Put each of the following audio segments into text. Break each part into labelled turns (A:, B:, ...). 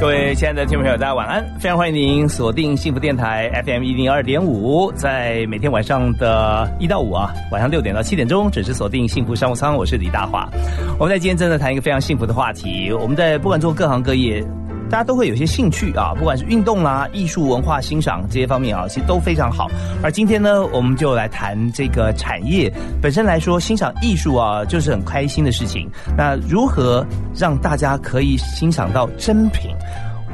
A: 各位亲爱的听众朋友，大家晚安！非常欢迎您锁定幸福电台 FM 一零二点五，在每天晚上的一到五啊，晚上六点到七点钟准时锁定幸福商务舱，我是李大华。我们在今天真的谈一个非常幸福的话题，我们在不管做各行各业。大家都会有些兴趣啊，不管是运动啦、艺术、文化欣赏这些方面啊，其实都非常好。而今天呢，我们就来谈这个产业本身来说，欣赏艺术啊，就是很开心的事情。那如何让大家可以欣赏到真品？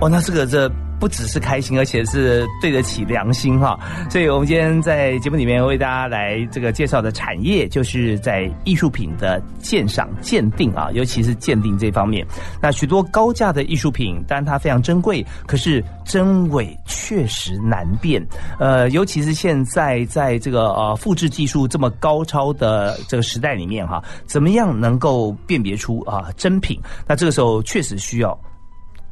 A: 哇，哦那这个这。不只是开心，而且是对得起良心哈。所以我们今天在节目里面为大家来这个介绍的产业，就是在艺术品的鉴赏、鉴定啊，尤其是鉴定这方面。那许多高价的艺术品，当然它非常珍贵，可是真伪确实难辨。呃，尤其是现在在这个呃复制技术这么高超的这个时代里面哈、怎么样能够辨别出啊真品？那这个时候确实需要。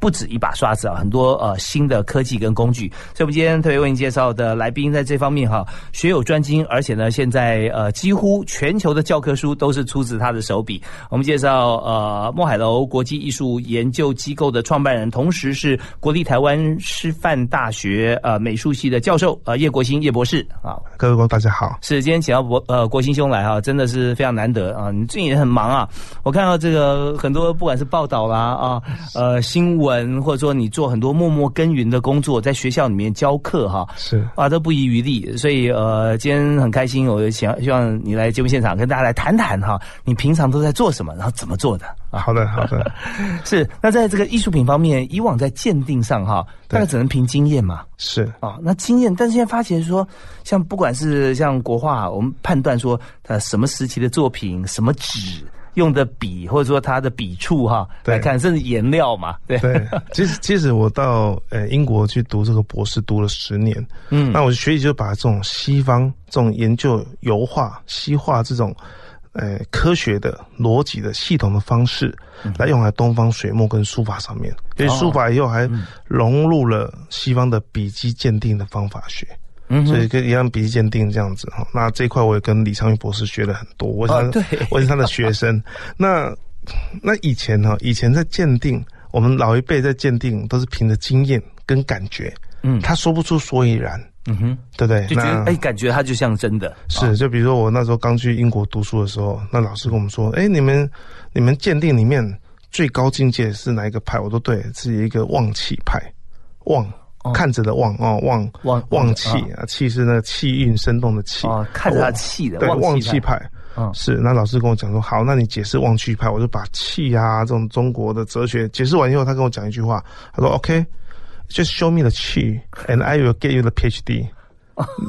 A: 不止一把刷子啊，很多呃新的科技跟工具。所以我们今天特别为您介绍呃的来宾在这方面哈、学有专精，而且呢，现在呃几乎全球的教科书都是出自他的手笔。我们介绍呃莫海楼国际艺术研究机构的创办人，同时是国立台湾师范大学呃美术系的教授呃叶国兴叶博士啊，
B: 各位观众大家好，
A: 是，今天请到博呃国兴兄来哈、真的是非常难得啊！你最近也很忙啊，我看到这个很多不管是报道啦啊，呃新闻，或者说你做很多默默耕耘的工作，在学校里面教课哈、
B: 是
A: 啊，都不遗余力，所以呃，今天很开心，我想希望你来节目现场跟大家来谈谈哈、你平常都在做什么，然后怎么做的？
B: 啊好 的好的，
A: 是，那在这个艺术品方面，以往在鉴定上哈、大概
B: 对
A: 只能凭经验嘛，
B: 是
A: 啊、那经验，但是现在发觉说，像不管是像国画，我们判断说，呃，什么时期的作品，什么纸用的笔，或者说它的笔触哈，
B: 对
A: 来看，甚至颜料嘛，对，
B: 对。其实其实我到呃英国去读这个博士，读了十年，
A: 嗯，
B: 那我学姐就把这种西方这种研究油画、西画这种。呃，科学的、逻辑的、系统的方式，来用来东方水墨跟书法上面，因为
A: 嗯哦
B: 书法以后还融入了西方的笔迹鉴定的方法学，
A: 嗯
B: 所
A: 哼，
B: 以跟一样笔迹鉴定这样子哈。那这一块我也跟李昌钰博士学了很多，我想、
A: 哦，对，
B: 我是他的学生。 那那以前呢、以前在鉴定，我们老一辈在鉴定都是凭着经验跟感觉，
A: 嗯
B: 他说不出所以然，
A: 嗯哼，
B: 对不对？
A: 就觉得
B: 那
A: 哎、感觉它就像真的，
B: 是，就比如说我那时候刚去英国读书的时候，那老师跟我们说，
A: 嗯
B: 哎，你们你们鉴定里面最高境界是哪一个派？我说对，是一个望气派，望。
A: 哦
B: 看着的望哦，望
A: 望
B: 望气
A: 啊
B: 啊，气是那个气运生动的气
A: 哦，看着它气的
B: 对，
A: 望
B: 望
A: 气
B: 气
A: 派，
B: 派，
A: 嗯，
B: 是。那老师跟我讲说，好，那你解释望气派，我就把气啊这种中国的哲学解释完以后，他跟我讲一句话，他说，OK。Just show me the 气，and I will get you the PhD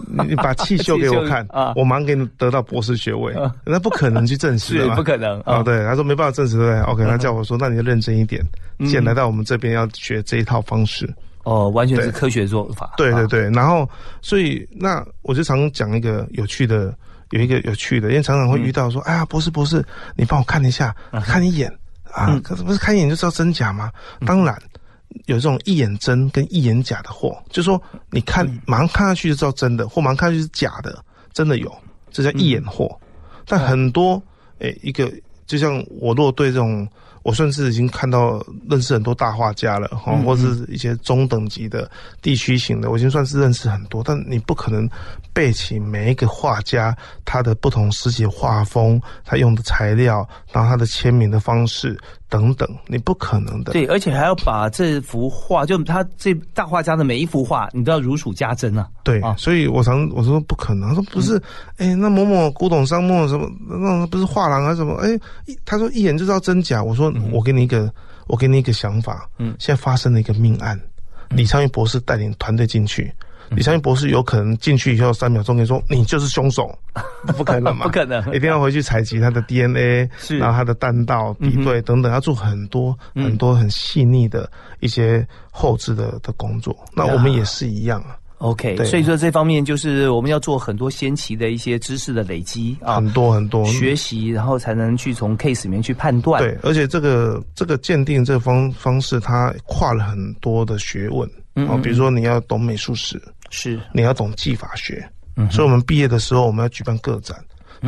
B: 你。你把气秀给我看
A: 啊嗯
B: 我马上给你得到博士学位。 那不可能去证实
A: 是
B: 的嘛
A: 不可能
B: 啊、
A: 啊，
B: 对，他说没办法证实，对不对？OK，他叫我说，那你就认真一点。
A: 嗯
B: 既然来到我们这边，要学这一套方式。
A: 哦，完全是
B: 对
A: 科学做法，
B: 对
A: 啊
B: 对，对，然后所以那我就常讲一个有趣的，有一个有趣的，因为常常会
A: 嗯
B: 遇到说，哎呀，博士博士，你帮我看一下，看一眼
A: 嗯
B: 啊，可是不是看一眼就知道真假吗？当然。有这种一眼真跟一眼假的货，就说你看
A: 嗯
B: 马上看下去就知道真的，或马上看下去是假的，真的有，这叫一眼货。
A: 嗯
B: 但很多诶、一个就像我若对这种，我算是已经看到认识很多大画家了，哈、
A: 嗯
B: 或是一些中等级的地区型的，我已经算是认识很多。但你不可能背起每一个画家他的不同时期的画风，他用的材料，然后他的签名的方式等等，你不可能的。
A: 对，而且还要把这幅画，就他这大画家的每一幅画，你都要如数家珍啊，
B: 对，
A: 啊
B: 所以我常我说不可能，他说不是，哎、那某某古董商、某某什么，那种不是画廊啊什么，哎、一他说一眼就知道真假。我说、我给你一个，嗯我给你一个想法，嗯，现在发生了一个命案，李昌钰博士带领团队进去，李湘玉博士有可能进去以后三秒钟跟你说你就是凶手， 不可能嘛，哎
A: 不可能
B: 一定要回去采集 他的 DNA，
A: 是
B: 然后他的弹道比对等等，要做很多很多很细腻的一些后置的的工作。那我们也是一样啊，
A: OK，
B: 对
A: 所以说这方面就是我们要做很多先期的一些知识的累积啊，
B: 很多很多
A: 学习，然后才能去从 case 里面去判断。
B: 对，而且这个这个鉴定这方方式，它跨了很多的学问
A: 嗯
B: 哦
A: 嗯，
B: 比如说你要懂美术史，
A: 是，
B: 你要懂技法学。
A: 嗯
B: 所以我们毕业的时候，我们要举办个展。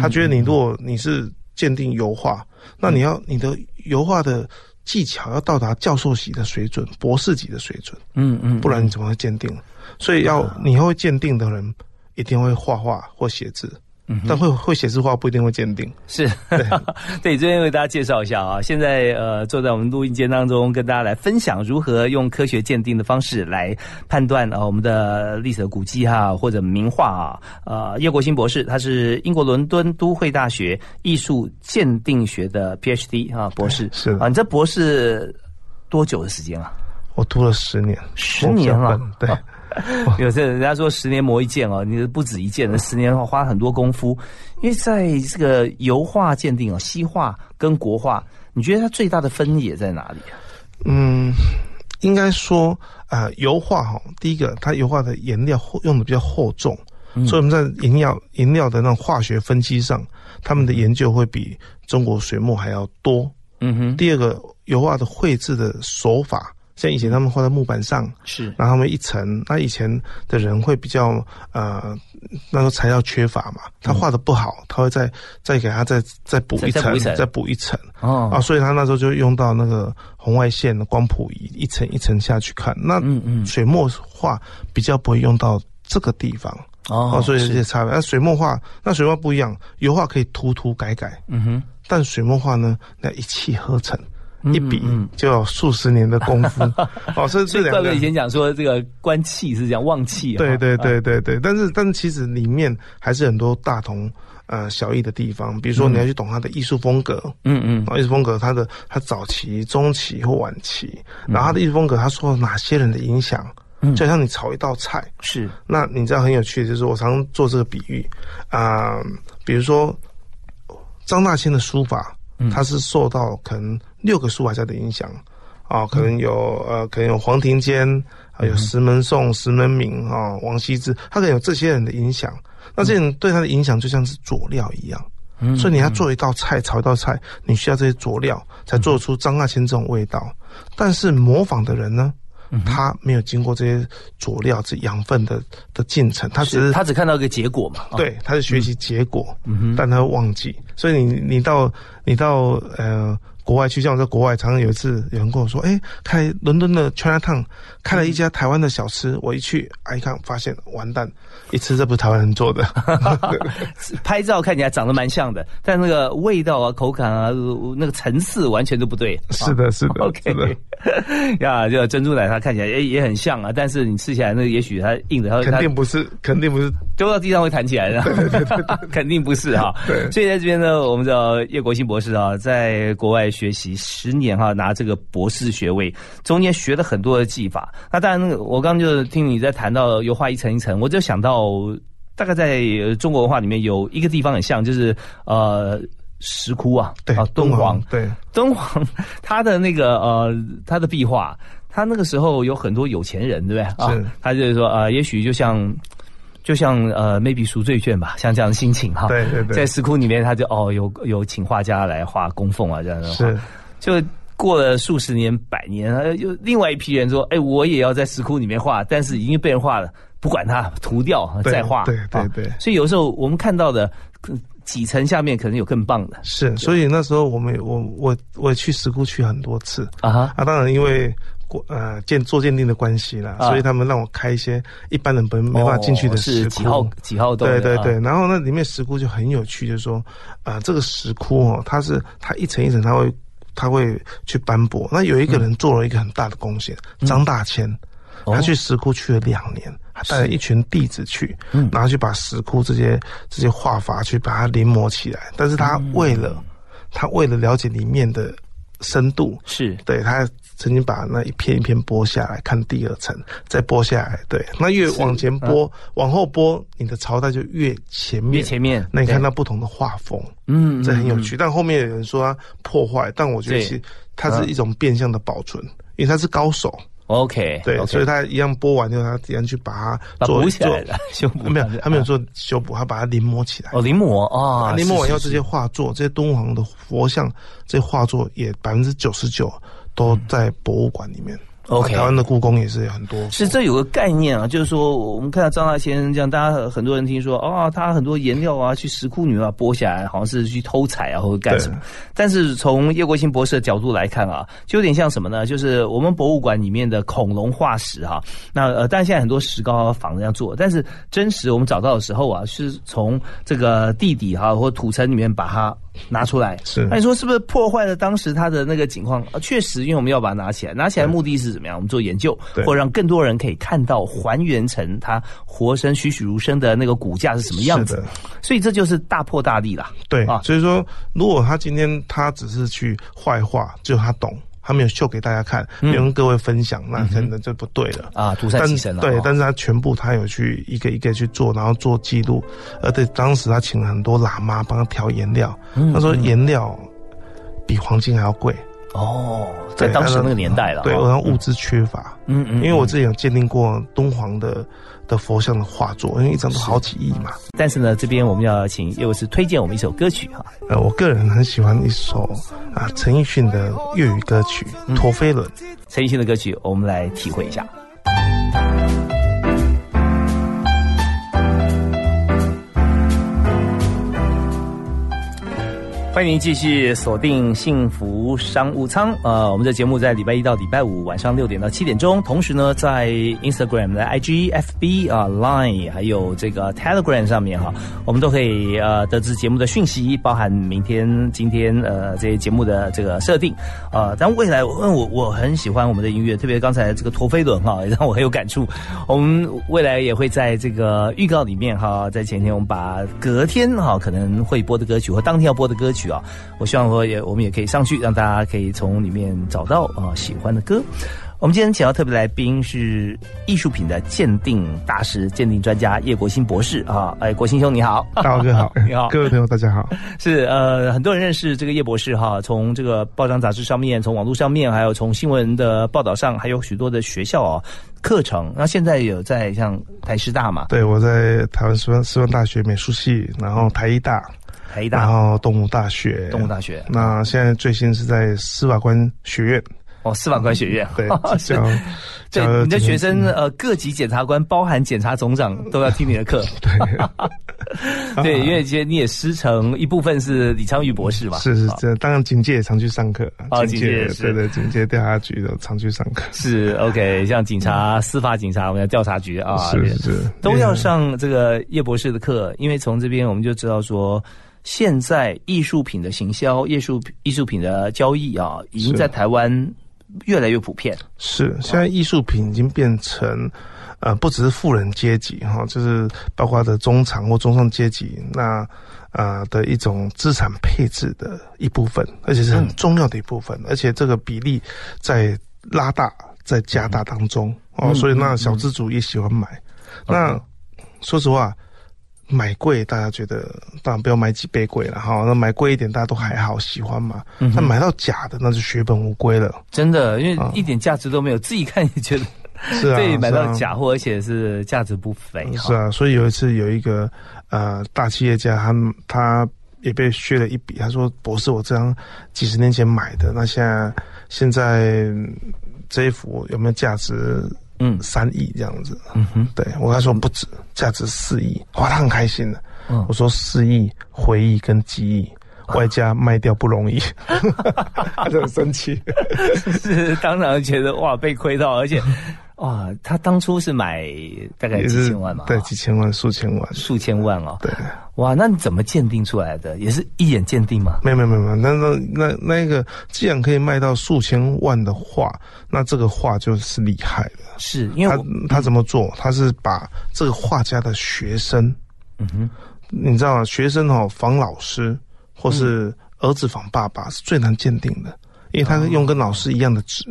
B: 他觉得你如果你是鉴定油画，那你要你的油画的技巧要到达教授级的水准、博士级的水准，
A: 嗯嗯，
B: 不然你怎么会鉴定？所以要你会鉴定的人，一定会画画或写字。
A: 嗯
B: 但会会写字画不一定会鉴定，
A: 是， 对，这边为大家介绍一下啊，现在呃坐在我们录音间当中，跟大家来分享如何用科学鉴定的方式来判断啊、呃我们的历史的古迹哈、或者名画啊，呃叶国兴博士他是英国伦敦都会大学艺术鉴定学的 PhD 啊博士，
B: 是的
A: 啊，你这博士多久的时间啊？
B: 我读了十年，
A: 十年啊
B: 我比较笨对。
A: 有这人家说十年磨一剑哦，你不止一剑了，十年的话花很多功夫。因为在这个油画鉴定哦，西画跟国画，你觉得它最大的分野在哪里啊？
B: 嗯，应该说啊、呃油画哈，第一个它油画的颜料厚用的比较厚重，
A: 嗯
B: 所以我们在颜料颜料的那种化学分析上，他们的研究会比中国水墨还要多。
A: 嗯哼，
B: 第二个，油画的绘制的手法，像以前他们画在木板上，
A: 是
B: 然后他们一层，那以前的人会比较呃，那时候材料缺乏嘛，他画的不好，他会再再给他再再补
A: 嗯再
B: 一
A: 再补
B: 层
A: 一层，
B: 再补一层。啊，
A: 哦，
B: 所以他那时候就用到那个红外线的光谱仪，一层一层下去看。那
A: 嗯嗯，
B: 水墨画比较不会用到这个地方，
A: 哦
B: 啊，所以有
A: 是
B: 些差别。那水墨画，那水墨不一样，油画可以涂涂改改，
A: 嗯哼，
B: 但水墨画呢，那一气呵成，
A: 嗯
B: 一笔
A: 嗯
B: 就有数十年的功 夫。哦，所以这
A: 所以
B: 两
A: 怪不
B: 个
A: 得以。前讲说这个官气是讲旺气啊，
B: 对对
A: 啊，
B: 对对对，但是但是其实里面还是很多大同呃小异的地方，比如说你要去懂它的艺术风格，
A: 嗯嗯
B: 然，后艺术风格，它的它早期、中期或晚期，然后它的艺术风格，它受到哪些人的影响？
A: 嗯
B: 就好像你炒一道菜，
A: 是
B: 那你知道很有趣，就是我常做这个比喻啊、比如说张大千的书法，它是受到可能六个书法家的影响啊、可能有呃，可能有黄庭坚，啊、有石门颂、石门铭啊、王羲之，他可能有这些人的影响。那这些人对他的影响就像是佐料一样，
A: 嗯
B: 所以你要做一道菜，炒一道菜，你需要这些佐料才做出张大千这种味道。
A: 嗯
B: 但是模仿的人呢，他没有经过这些佐料、这养分的的进程，他只
A: 是，
B: 是
A: 他只嗯看到一个结果嘛，啊，
B: 对，他是学习结果，但他会忘记。所以你你到你到呃国外去，像我在国外，常常有一次有人跟我说，哎、开伦敦的 China Town 开了一家台湾的小吃，我一去，啊一看发现完蛋，一吃这不是台湾人 做的，
A: 拍照看起来长得蛮像的，但那个味道啊、口感啊、那个层次完全都不对，啊
B: 是的，是的
A: OK，
B: 是的，
A: 呀，就珍珠奶茶看起来也也很像啊，但是你吃起来那也许它硬的，它
B: 肯
A: 它
B: 定不是，肯定不是
A: 丢到地上会弹起来的， 肯定不是哈。
B: 对
A: 所以在这边呢，我们的叶国兴博士啊，在国外学习十年哈、拿这个博士学位，中间学了很多的技法。那当然，那个我刚刚就听你在谈到油画一层一层，我就想到大概在呃中国文化里面有一个地方很像，就是呃石窟啊，
B: 对
A: 啊敦煌，
B: 对，
A: 敦煌他的那个呃，他的壁画，他那个时候有很多有钱人，对不对
B: 是
A: 啊？他就是说啊、呃也许就像就像呃，maybe 赎罪券吧，像这样的心情哈。
B: 对对
A: 啊
B: 对
A: 在石窟里面，他就哦，有有请画家来画供奉啊，这样的画。
B: 是。
A: 就过了数十年、百年，呃又另外一批人说：“哎，我也要在石窟里面画，但是已经被人画了，不管它，涂掉
B: 对
A: 再画。”
B: 对对
A: 啊
B: 对
A: 所以有时候我们看到的可几层下面可能有更棒的
B: 是，所以那时候我们也我我我也去石窟去很多次
A: 啊哈。
B: 啊，当然因为过呃鉴做鉴定的关系啦，
A: 啊
B: 所以他们让我开一些一般人没没办法进去的
A: 哦是
B: 石窟。
A: 几号几号洞的？
B: 对对对
A: 啊，，
B: 然后那里面石窟就很有趣，就是说，啊、这个石窟哦，它是它一层一层，它会它会去斑驳。那有一个人做了一个很大的贡献，张大千，
A: 嗯哦
B: 他去石窟去了两年，他带了一群弟子去，
A: 嗯
B: 然后去把石窟这些这些画法去把它临摹起来。
A: 嗯
B: 但是他为了、他为了了解里面的深度，
A: 是
B: 对他曾经把那一片一片剥下来看第二层，再剥下来。对，那越往前剥、往后剥，你的朝代就越前
A: 嗯
B: 面。
A: 越前面
B: 那你看
A: 对
B: 到不同的画风，
A: 嗯，
B: 这很有趣。但后面有人说它破坏，但我觉得
A: 对嗯
B: 其实它是一种变相的保存，因为它是高手。
A: 哎 OK，
B: 对
A: o k
B: 所以他一样播完之后，他怎样去把它
A: 把它
B: 做
A: 补起来
B: 做
A: 的修补
B: 没有
A: 它的，
B: 他没有做修补，他把它临摹起来。
A: 哦，临摹啊，
B: 临
A: 是
B: 摹完
A: 是
B: 以后，这些画作，这些敦煌的佛像，这些画作也百分之九十九都
A: 嗯
B: 在博物馆里面。
A: OK
B: 台湾的故宫也是有很多。
A: 是这有个概念啊，就是说我们看到张大千这样，大家很多人听说哦，他很多颜料啊，去石窟里面啊剥下来，好像是去偷采啊，或者干什么。但是从叶国兴博士的角度来看啊，就有点像什么呢？就是我们博物馆里面的恐龙化石哈、那呃，但现在很多石膏仿着这样做，但是真实我们找到的时候啊，是从这个地底哈、或土层里面把它拿出来。
B: 是
A: 那你说是不是破坏了当时它的那个景况？呃确实，因为我们要把它拿起来，拿起来目的是怎么样？我们做研究，
B: 对
A: 或让更多人可以看到还原成它活生栩栩如生的那个骨架是什么样
B: 是
A: 子
B: 的。
A: 所以这就是大破大立啦。
B: 对，
A: 啊
B: 所以说，如果他今天他只是去坏画，只有他懂，他没有秀给大家看，
A: 嗯
B: 没有跟各位分享，那真的就不对了。
A: 啊，独善
B: 但
A: 其身了。
B: 对
A: 哦，
B: 但是他全部他有去一个一个去做，然后做记录，而且当时他请了很多喇嘛帮他调颜料，
A: 嗯
B: 他说颜料比黄金还要贵，
A: 哦，在
B: 对
A: 当时
B: 但是
A: 那个年代了。
B: 对，
A: 哦
B: 然后物资缺乏，
A: 嗯嗯，
B: 因为我之前有鉴定过敦煌的的佛像的画作，因为一张都好几亿嘛。
A: 但是呢，这边我们要请叶老师推荐我们一首歌曲哈、
B: 呃，我个人很喜欢一首啊陈奕迅的粤语歌曲
A: 嗯
B: 《陀飞轮》。
A: 陈奕迅的歌曲，我们来体会一下。欢迎您继续锁定幸福商务舱。呃，我们的节目在礼拜一到礼拜五晚上六点到七点钟，同时呢，在 Instagram 的 IG、FB 啊、Line 还有这个 Telegram 上面哈、我们都可以呃得知节目的讯息，包含明天、今天呃这些节目的这个设定。呃，但未来我我我很喜欢我们的音乐，特别刚才这个陀飞轮哈、也 让我很有感触。我们未来也会在这个预告里面哈、在前天我们把隔天哈、可能会播的歌曲或当天要播的歌曲啊，我希望说也我们也可以上去，让大家可以从里面找到啊、喜欢的歌。我们今天请到特别来宾是艺术品的鉴定大师、鉴定专家叶国兴博士啊，哎，国兴兄你 好。，
B: 大哥好
A: 你好
B: 各位朋友大家好。
A: 是呃，很多人认识这个叶博士哈，从这个报章杂志上面，从网络上面，还有从新闻的报道上，还有许多的学校啊、课程。那现在有在像台师大嘛、
B: 对，我在台湾师范师范大学美术系，然后台医大，
A: 台医
B: 然
A: 大、
B: 后动物大学，
A: 动物大学、
B: 那现在最新是在司法官学院，
A: 哦，司法官学院，，
B: 对 教
A: 是。对
B: 嗯教
A: 你的学
B: 今嗯
A: 生呃，各级检察官，包含检察总长，都要听你的课。
B: 啊
A: 对，对，因为其实你也师承一部分是李昌钰博士嘛，
B: 是是
A: 啊
B: 这样，当然警戒也常去上课
A: 哦，警戒也
B: 戒
A: 是
B: 对对，警戒调查局的常去上课，
A: 是 OK，像警察、司法警察，我们的调查局啊，
B: 是是是，
A: 都要上这个叶博士的课，因为从这边我们就知道说，现在艺术品的行销、艺术艺术品的交易啊，已经
B: 是
A: 在台湾越来越普遍。
B: 是，现在艺术品已经变成，呃，不只是富人阶级哈、就是包括的中产或中上阶级那呃的一种资产配置的一部分，而且是很重要的一部
A: 嗯
B: 分，而且这个比例在拉大在加大当中
A: 嗯
B: 哦，所以那小资主也喜欢买。那说实话。买贵，大家觉得当然不要买几倍贵了哈。那买贵一点，大家都还好喜欢嘛。
A: 嗯
B: 那嗯买到假的，那就血本无归了。
A: 真的，因为
B: 啊
A: 一点价值都没有，自己看也觉得
B: 是啊，
A: 对买
B: 是
A: 到
B: 啊
A: 假货，而且是价值不菲
B: 是
A: 哈。
B: 啊，所以有一次有一个呃大企业家，他他也被削了一笔，他说：“博士，我这张几十年前买的，那现在现在嗯这一幅有没有价值
A: 嗯
B: 三亿这样子？”
A: 嗯哼，
B: 对我跟他说不止，价值四亿，哇，他很开心的。
A: 嗯啊
B: 我说四亿回忆跟记忆。外加卖掉 不容易， 他就很生气。
A: 是当然觉得哇被亏到， 而且哇他当初是买大概
B: 也
A: 几
B: 是
A: 千万嘛，
B: 对
A: 啊
B: 几千万、数千万，
A: 数千万哦，
B: 对。
A: 哇，那你怎么鉴定出来的？也是一眼鉴定吗？
B: 没有没有没有，没有那那那那个，既然可以卖到数千万的画，那这个画就是厉害的。
A: 是因为
B: 他
A: 我
B: 他怎么做？他是把这个画家的学生，
A: 嗯哼，
B: 你知道吗？学生哦，仿老师或是儿子仿爸爸是最难鉴定的，因为他是用跟老师一样的纸，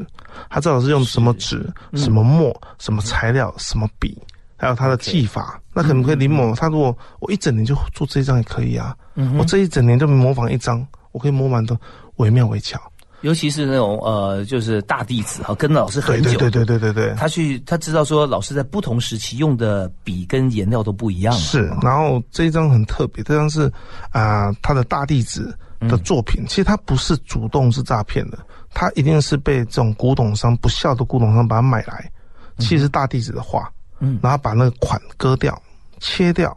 B: 他知道老师用什么纸、什么墨、什么材料、什么笔，还有他的技法。那可能可以临摹。他如果我一整年就做这一张也可以啊，
A: 嗯
B: 我这一整年就模仿一张，我可以模仿的惟妙惟肖。
A: 尤其是那种呃，就是大弟子啊，跟老师
B: 对
A: 很
B: 对
A: 久，
B: 对对对对对，
A: 他去他知道说老师在不同时期用的笔跟颜料都不一样啊嘛，
B: 是。然后这一张很特别，这张是啊、他的大弟子的作品。
A: 嗯
B: 其实他不是主动是诈骗的，他一定是被这种古董商不孝的古董商把它买来，其实是大弟子的画，
A: 嗯哦
B: 然后把那个款割掉、切掉，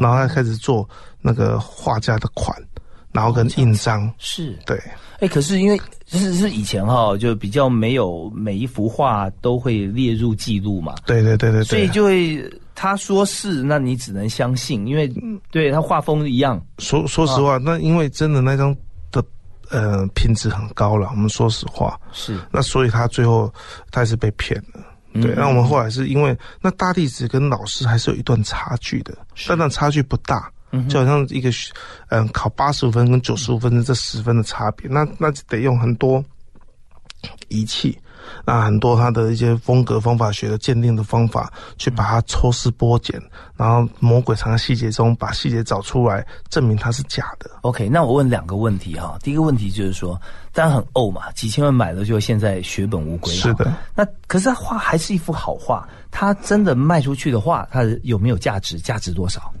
B: 然后他开始做那个画家的款，然后跟印章。
A: 是。
B: 对，
A: 哎、可是因为是是以前哈、就比较没有每一幅画都会列入记录嘛，
B: 对对对对对。啊
A: 所以就会他说是，那你只能相信，因为
B: 嗯
A: 对他画风一样，
B: 说说实话，那因为真的那张的呃品质很高了，我们说实话，
A: 是
B: 那所以他最后他还是被骗了。对，那我们后来是因为那大弟子跟老师还是有一段差距的，但那差距不大，就好像一个学嗯考八十五分跟九十五分的这十分的差别，那那就得用很多仪器，那很多他的一些风格方法学的鉴定的方法，去把它抽丝剥茧，然后魔鬼藏在细节中，把细节找出来，证明它是假的。
A: OK，那我问两个问题哈、第一个问题就是说，当然很呕嘛，几千万买了就现在血本无归了。啊
B: 是的。
A: 那可是他画还是一幅好画，他真的卖出去的话，它有没有价值？价值多少？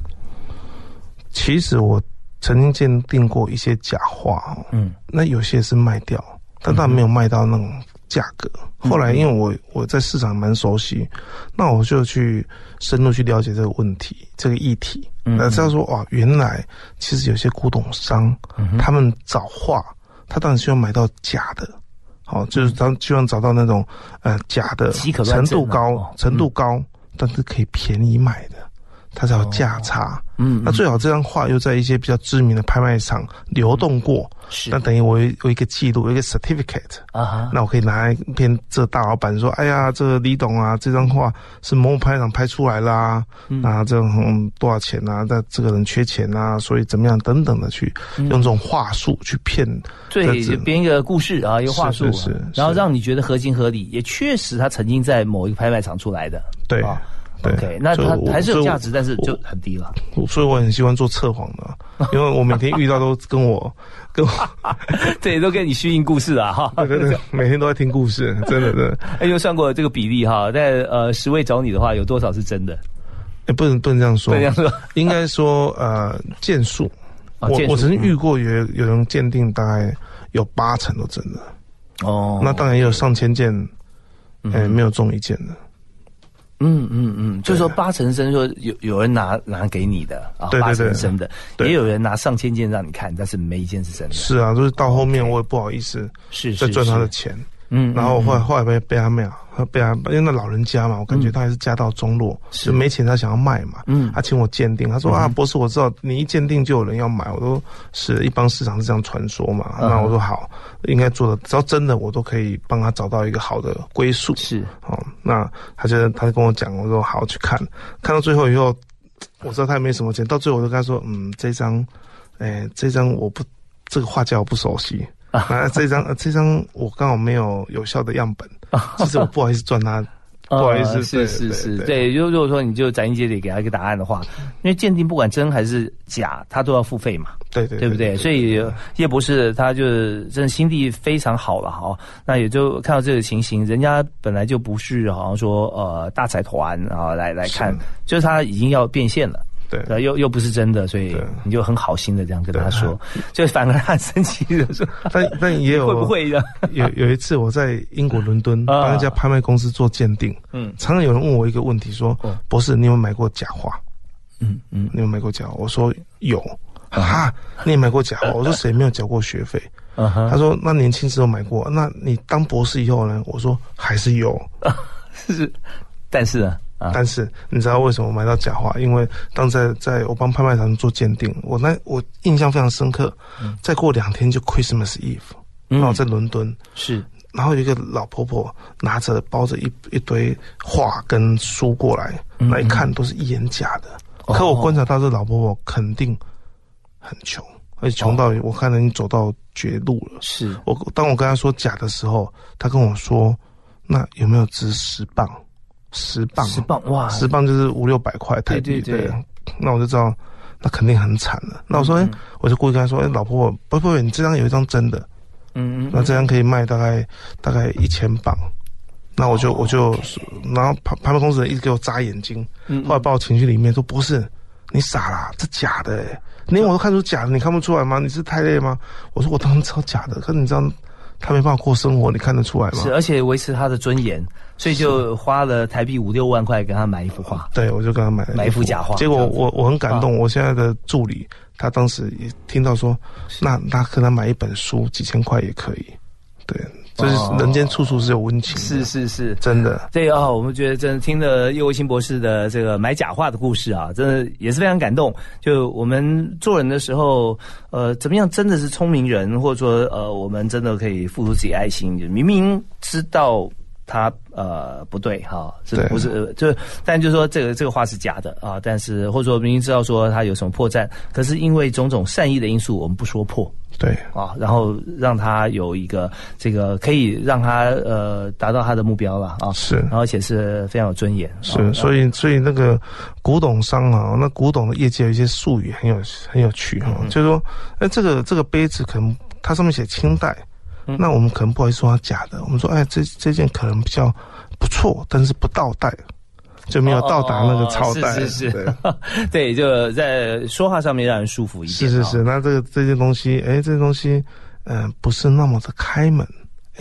B: 其实我曾经鉴定过一些假画哦，
A: 嗯，
B: 那有些是卖掉，但但没有卖到那种价格。
A: 嗯
B: 后来因为我我在市场蛮熟悉，那我就去深入去了解这个问题，这个议题，
A: 嗯
B: 那知道说哇，原来其实有些古董商、
A: 嗯
B: 他们找画，他当然希望买到假的。好，就是他们希望找到那种呃假的，
A: 嗯即可
B: 程
A: 乱真
B: 度
A: 啊
B: 高，
A: 哦
B: 程度高，但是可以便宜买的，它才有
A: 哦
B: 价差。
A: 嗯，
B: 那最好这张画又在一些比较知名的拍卖场流动过，
A: 是
B: 那等于我有有一个记录，有一个 certificate，
A: 啊哈，
B: 那我可以拿来骗这大老板说：“哎呀，这个李董啊，这张画是某某拍卖场拍出来啦，啊，这种、嗯多少钱啊？那这个人缺钱啊，所以怎么样等等的去
A: 嗯
B: 用这种话术去骗。
A: 对，就编一个故事啊，一个话术啊，
B: 是是是
A: 然后让你觉得合情合理，也确实他曾经在某一个拍卖场出来的。
B: 对
A: 啊
B: 对
A: OK，那
B: 所以
A: 它
B: 我
A: 还是有
B: 所以我
A: 价值，但是
B: 我
A: 就很低了。
B: 所以我很喜欢做测谎的啊，因为我每天遇到都跟我跟我，
A: 对，都跟你虚应故事啊哈。
B: 对对对，每天都在听故事，真的真的。
A: 哎，有算过这个比例哈，在呃十位找你的话，有多少是真的？
B: 欸、不能不能这样说，
A: 不能这样说
B: 应该说呃件数。
A: 啊
B: 我
A: 件数
B: 我曾经遇过有有人鉴定大概有八成都真的，
A: 哦
B: 那当然也有上千件，哎、没有中一件的。
A: 嗯嗯嗯，就是说八成生说有有人拿拿给你的啊，
B: 对对
A: 八成
B: 对
A: 生的，
B: 对
A: 也有人拿上千件让你看，但是没一件是真的。
B: 是啊，就是到后面我也不好意思
A: 是
B: 再
A: 是
B: 赚他的
A: 是，
B: 钱，
A: 嗯，
B: 然后后来后来被被他秒，被他因为那老人家嘛，我感觉他还是家道中落，就没钱他想要卖嘛，
A: 嗯
B: 他请我鉴定，他说啊博士我知道你一鉴定就有人要买，我都是一般市场是这样传说嘛，
A: 嗯
B: 那我说好，应该做的只要真的我都可以帮他找到一个好的归宿，
A: 是
B: 哦，那他就他就跟我讲，我说好去看，看到最后以后，我知道他也没什么钱，到最后我就跟他说，嗯，这张，哎、这张我不，这个画家我不熟悉。啊，这张呃这张我刚好没有有效的样本，
A: 啊
B: 其实我不好意思赚他，不好意
A: 呃
B: 思对
A: 是是
B: 对
A: 是，
B: 对
A: 对，就如果说你就斩钉截铁给他一个答案的话，因为鉴定不管真还是假，他都要付费嘛。
B: 对对
A: 对不对？所以叶博士他就是真的心地非常好了哈。那也就看到这个情形，人家本来就不是好像说呃大财团啊来来看
B: 是，
A: 就是他已经要变现了。
B: 对
A: 对，又又不是真的，所以
B: 对
A: 你就很好心的这样跟他说， 就反而他很生气的 说，
B: 但但也 有
A: 会不会的？
B: 有有一次我在英国伦敦
A: 啊
B: 帮一家拍卖公司做鉴定，
A: 嗯
B: 常常有人问我一个问题说
A: 哦，
B: 博士你有没有买过假画？
A: 嗯嗯，
B: 你有没有买过假？我说有。哈，你也买过假货？我说谁没有缴过学费？
A: 嗯哼，
B: 他说那年轻时候买过，那你当博士以后呢？我说还是有，
A: 是，但是呢啊，
B: 但是你知道为什么买到假画？因为当在在我帮拍卖场做鉴定，我那我印象非常深刻。再过两天就 Christmas Eve，
A: 嗯
B: 那我在伦敦，
A: 是
B: 然后有一个老婆婆拿着包着一一堆画跟书过来，
A: 嗯
B: 那一看都是一眼假的。
A: 哦
B: 可我观察到这老婆婆肯定很穷，而且穷到
A: 哦
B: 我看能走到绝路了。
A: 是
B: 我当我跟他说假的时候，他跟我说：“那有没有值十磅？十磅，啊
A: 十磅哇，
B: 十磅就是五六百块台币。”
A: 对对对
B: 那我就知道那肯定很惨了。那我说：“哎、
A: 嗯
B: 我就故意跟他说：‘哎、老婆，不不，你这张有一张真的，
A: 嗯嗯
B: 那这张可以卖大概大概一千磅。’那我
A: 哦
B: 就、我就，然后拍拍卖公司人一直给我眨眼睛，
A: 嗯
B: 后来把我情绪里面说不是，你傻啦，这假的、欸，连我都看出假的，你看不出来吗？你是太累吗？我说我当然知道假的，可是你知道他没办法过生活，你看得出来吗
A: 是，？而啊且维持他的尊严，所以就花了台币五六万块给他买一幅画。
B: 对，我就跟他买了
A: 买一幅假画
B: 结
A: 这
B: 果
A: 样子啊
B: 我我很感动，我现在的助理他当时也听到说，那那跟他买一本书几千块也可以，对，就是
A: 哦
B: 人间处处是有温情的，
A: 是是是，
B: 真的，
A: 对啊、我们觉得真的听了叶卫新博士的这个买假画的故事啊，真的也是非常感动。就我们做人的时候，呃，怎么样真的是聪明人，或者说呃，我们真的可以付出自己爱心，明明知道。他呃不对哈，是
B: 对
A: 不是？呃就是，但就是说这个这个话是假的啊，但是或者说明明知道说他有什么破绽，可是因为种种善意的因素，我们不说破，
B: 对。
A: 啊，然后让他有一个这个可以让他呃达到他的目标了啊，
B: 是
A: 然后而且是非常有尊严，哦
B: 是，所
A: 以
B: 以所以那个古董商啊，那古董的业界有一些术语很有很有趣
A: 嗯
B: 哈、就是说，哎，这个这个杯子可能它上面写清代，
A: 嗯
B: 那我们可能不好意思说它假的，我们说，哎，这这件可能比较不错，但是不到代，就没有到达
A: 哦
B: 那个朝代，
A: 是是
B: 对
A: 是，对，就在说话上面让人舒服一点，
B: 是是是，
A: 啊，
B: 那这个这件东西，哎，这件东西，嗯，不是那么的开门，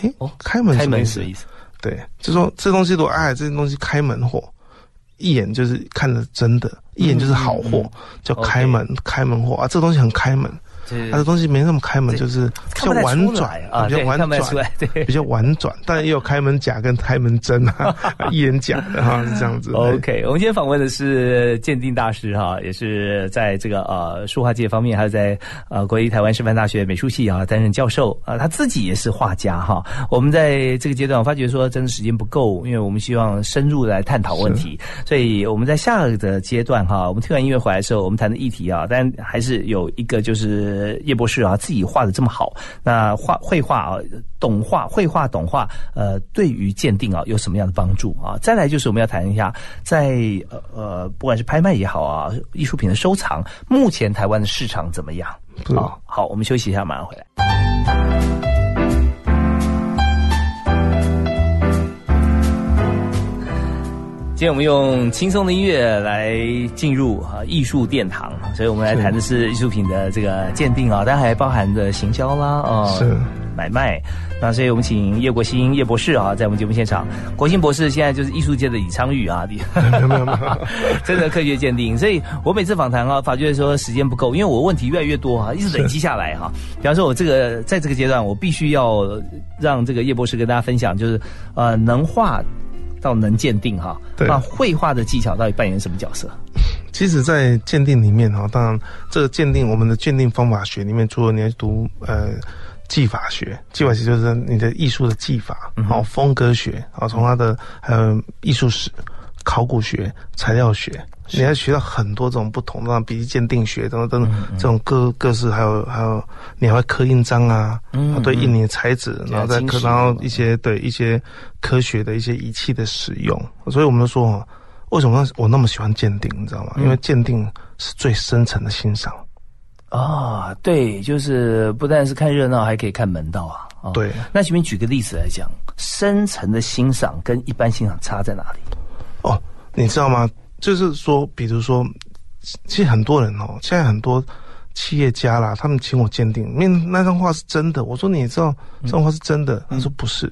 B: 哎
A: 哦，
B: 开门
A: 开
B: 什么
A: 门
B: 意
A: 是
B: 思
A: 什么？意思？
B: 对，就说这东西如果哎，这东西开门货，一眼就是看着真的，一眼就是好
A: 嗯
B: 货，叫开门开门货啊，这东西很开门，
A: 就是
B: 啊，这东西没那么开门，
A: 这
B: 就是比
A: 看不
B: 较
A: 太
B: 婉
A: 出
B: 转
A: 来啊，
B: 比较
A: 对，
B: 婉
A: 看不太出
B: 转。
A: 来， 对
B: 比较婉转，但也有开门假跟开门真 啊，一眼假的哈、是这样子。哎对
A: OK，我们今天访问的是鉴定大师哈、也是在这个呃书画界方面，还有在呃国立台湾师范大学美术系啊担任教授啊、他自己也是画家哈、我们在这个阶段我发觉说，真的时间不够，因为我们希望深入地来探讨问题，所以我们在下个阶段哈、我们听完音乐回来的时候，我们谈的议题啊，但还是有一个就是叶博士啊自己画的这么好，那画绘画啊，懂画绘画懂画，呃，对于鉴定啊有什么样的帮助啊？再来就是我们要谈一下，在呃呃，不管是拍卖也好啊，艺术品的收藏，目前台湾的市场怎么样？
B: 是
A: 啊，好，我们休息一下，马上回来。今天我们用轻松的音乐来进入啊艺术殿堂，所以我们来谈的是艺术品的这个鉴定啊，当然还包含着行销啦，哦，
B: 是
A: 买卖。那所以我们请叶国兴叶博士啊，在我们节目现场，国兴博士现在就是艺术界的李昌钰啊，李
B: 没有没有没有，
A: 真的科学鉴定，所以我每次访谈啊，法觉说时间不够，因为我问题越来越多 啊，一直累积下来哈、比方说，我这个在这个阶段，我必须要让这个叶博士跟大家分享，就是呃，能画到能鉴定哈、
B: 对
A: 那绘画的技巧到底扮演什么角色？
B: 其实，在鉴定里面哈，哦当然这个鉴定，我们的鉴定方法学里面，除了你要读呃技法学，技法学就是你的艺术的技法，
A: 嗯哼
B: 好、风格学，好从它的呃艺术史、考古学、材料学，你要学到很多种不同的，比如鉴定学等
A: 嗯
B: 等等等这种各各式，还有还有你还会刻印章啊，
A: 嗯
B: 对印尼材质，然后再
A: 金
B: 刻，
A: 属
B: 然后一些对一些科学的一些仪器的使用，所以我们就说哦，为什么我那么喜欢鉴定，你知道吗？
A: 嗯哦
B: 因为鉴定是最深层的欣赏。
A: 啊，对，就是不但是看热闹，还可以看门道啊。啊
B: 对，
A: 那请您举个例子来讲，深层的欣赏跟一般欣赏差在哪里？
B: 哦，你知道吗？就是说，比如说，其实很多人哦，现在很多企业家啦，他们请我鉴定，那那张画是真的。我说你也知道
A: 嗯
B: 这张画是真的，他说不是。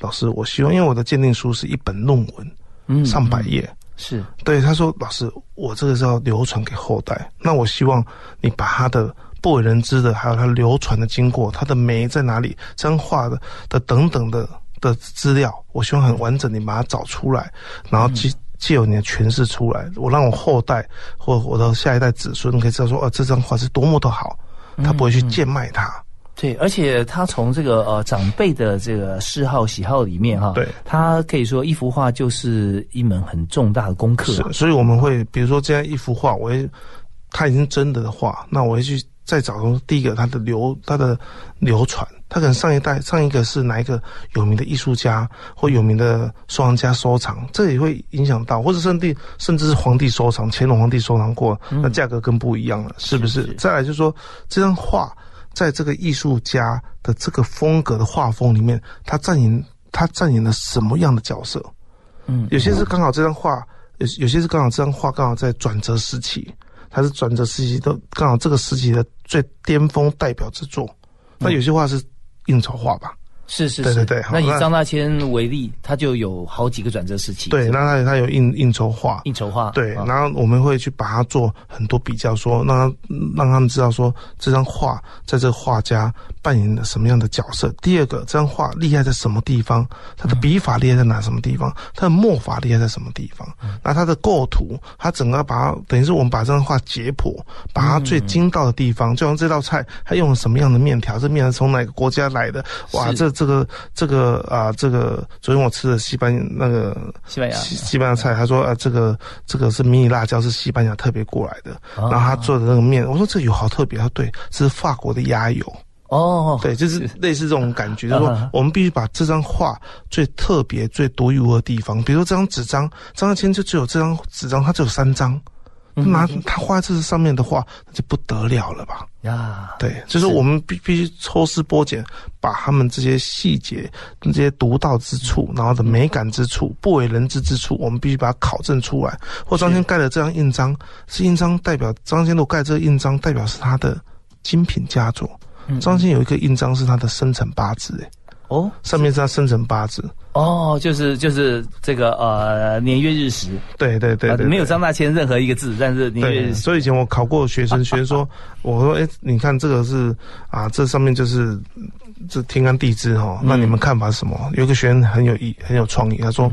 B: 老师，我希望，因为我的鉴定书是一本论文，
A: 嗯
B: 上百页。
A: 是
B: 对，他说：“老师，我这个是要流传给后代，那我希望你把他的不为人知的，还有他流传的经过，他的酶在哪里，这张画的的等等的的资料，我希望很完整，你把它找出来，然后借借由你的诠释出来，我让我后代或我的下一代子孙可以知道说，哦，这张画是多么的好，他不会去贱卖它。
A: 对，而且他从这个呃长辈的这个嗜好喜好里面哈，
B: 对
A: 他可以说一幅画就是一门很重大的功课啊、
B: 是，所以我们会比如说这样一幅画，我会它已经真的的画，那我会去在找东西，第一个它的流它的流传，它可能上一代上一个是哪一个有名的艺术家或有名的收藏家收藏，这也会影响到，或者甚至甚至是皇帝收藏，乾隆皇帝收藏过，那价格更不一样了，是不是？
A: 是
B: 再来就是说这张画。在这个艺术家的这个风格的画风里面，他占领他占领了什么样的角色？
A: 嗯，
B: 有些是刚好这张画，有有些是刚好这张画刚好在转折时期，它是转折时期的刚好这个时期的最巅峰代表之作。那有些画是应酬画吧？
A: 是是是，
B: 对对对好
A: 那以
B: 那
A: 张大千为例，他就有好几个转折时期，
B: 对，那它它有应应酬画，
A: 应酬画，
B: 对，
A: 啊
B: 然后我们会去把它做很多比较说，让他让他们知道说这张画在这个画家扮演了什么样的角色。第二个，这张画厉害在什么地方？他的笔法厉害在哪什么地
A: 嗯
B: 方？他的墨法厉害在什么地方？那他的构图，他整个把它等于是我们把这张画解剖，把它最精到的地方，就像这道菜，它用了什么样的面条？这面条从哪个国家来的？哇，
A: 是
B: 这这个这个啊、这个昨天我吃的西班牙那个
A: 西班牙
B: 西西班牙菜，他说啊，这个这个是迷你辣椒，是西班牙特别过来的。
A: 啊
B: 然后他做的那个面，我说这有好特别，他说对，这是法国的鸭油，
A: 哦，
B: 对，就是类似这种感觉，就是
A: 啊
B: 说
A: 哈
B: 我们必须把这张画最特别、最独一无二的地方，比如说这张纸张，张大千就只有这张纸张，他只有三张，
A: 嗯
B: 拿他画在这上面的画，那就不得了了吧？
A: 呀，
B: 对，啊就是我们必必须抽丝剥茧，把他们这些细节、这些独到之处，然后的美感之处、不为人知之处，我们必须把它考证出来。或张先盖的这张印章，是印章代表张先如果盖这个印章，代表是他的精品佳作。张先有一个印章是他的生辰八字，哎
A: 嗯哦
B: 上面是他生辰八字。
A: 哦，就是就是这个呃年月日时，
B: 对对对
A: 啊
B: 对，
A: 没有
B: 对
A: 张大千任何一个字，但是年月
B: 对，
A: 日时
B: 所以以前我考过学生，学生说，我说，哎、你看这个是啊，这上面就是嗯这天干地支哈，那你们看法是什么？有一个学生很有意，很有创意，他说。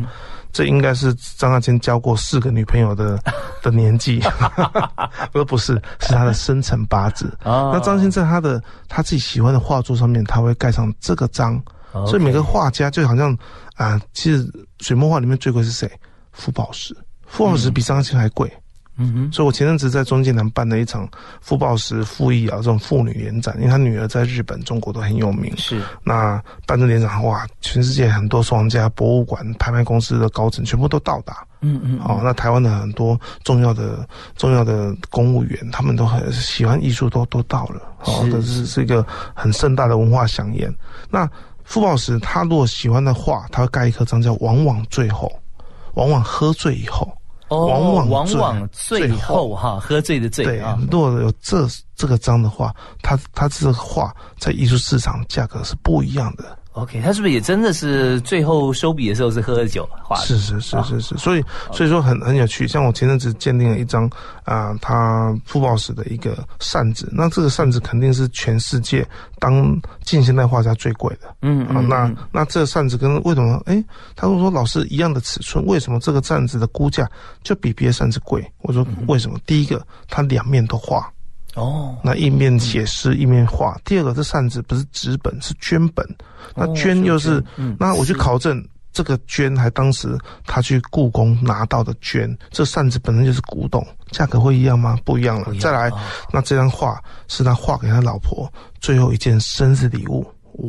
B: 这应该是张大千交过四个女朋友的的年纪，我说不是，是他的生辰八字。
A: 啊
B: 那张先在他的他自己喜欢的画作上面，他会盖上这个章，
A: 哦
B: 所以每个画家就好像啊、其实水墨画里面最贵是谁？傅抱石，傅抱石比张大千还贵。
A: 嗯哼，
B: 所以我前阵子在中间南办了一场傅抱石、傅艺啊这种妇女联展，因为她女儿在日本、中国都很有名。
A: 是
B: 那办这联展，哇，全世界很多收藏家、博物馆、拍卖公司的高层全部都到达。
A: 嗯嗯
B: 哦，那台湾的很多重要的、重要的公务员，他们都很喜欢艺术，都都到了。哦
A: 是，
B: 这是是一个很盛大的文化飨宴。那傅抱石他如果喜欢的画，他会盖一颗章叫“往往最后”，往往喝醉以后。
A: 哦，
B: 往往
A: 往
B: 最
A: 往最
B: 最
A: 后
B: 后
A: 哈，喝醉的醉
B: 对
A: 啊，，
B: 如果有这这个章的话，它它这个画在艺术市场价格是不一样的。
A: OK，他是不是也真的是最后收笔的时候是喝了酒画的？啊
B: 是是是是是，所以所以说很很有趣。像我前阵子鉴定了一张啊，它傅抱石的一个扇子，那这个扇子肯定是全世界当近现代画家最贵的。
A: 嗯
B: 啊，那那这个扇子跟为什么？哎，他跟我说老师一样的尺寸，为什么这个扇子的估价就比别的扇子贵？我说
A: 嗯
B: 为什么？第一个，它两面都画，
A: 哦，。
B: 那一面写诗一面画。第二个，这扇子不是纸本，是绢本。那哦绢又是，那我去考证这个绢，还当时他去故宫拿到的绢，这扇子本身就是古董，价格会一样吗？不一样了。啊再来，那这张画是他画给他老婆最后一件生日礼物。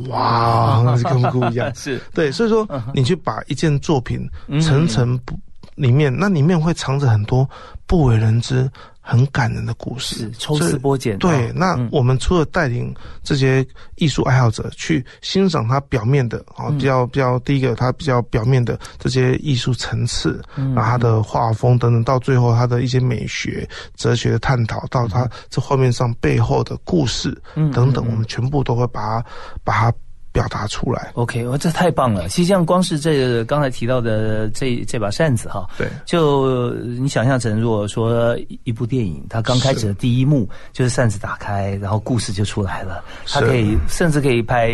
B: 哇，那是跟不一 样
A: 啊是嗯
B: 对，所以说你去把一件作品层层不里面，那里面会藏着很多不为人知、很感人的故事。
A: 嗯是抽丝
B: 所以
A: 剥茧，
B: 对，
A: 啊
B: 那我们除了带领这些艺术爱好者去欣赏它表面的啊、哦比较比较第一个它比较表面的这些艺术层次，
A: 嗯
B: 然后它的画风等等，到最后它的一些美学、哲学的探讨，到它这画面上背后的故事
A: 嗯
B: 等等，我们全部都会把它把它表达出来。
A: OK，哇，这哦太棒了！其实像光是这个刚才提到的这这把扇子哈，
B: 对
A: 就你想象成如果说一一部电影，它刚开始的第一幕就是扇子打开，然后故事就出来了，它
B: 是
A: 可以甚至可以拍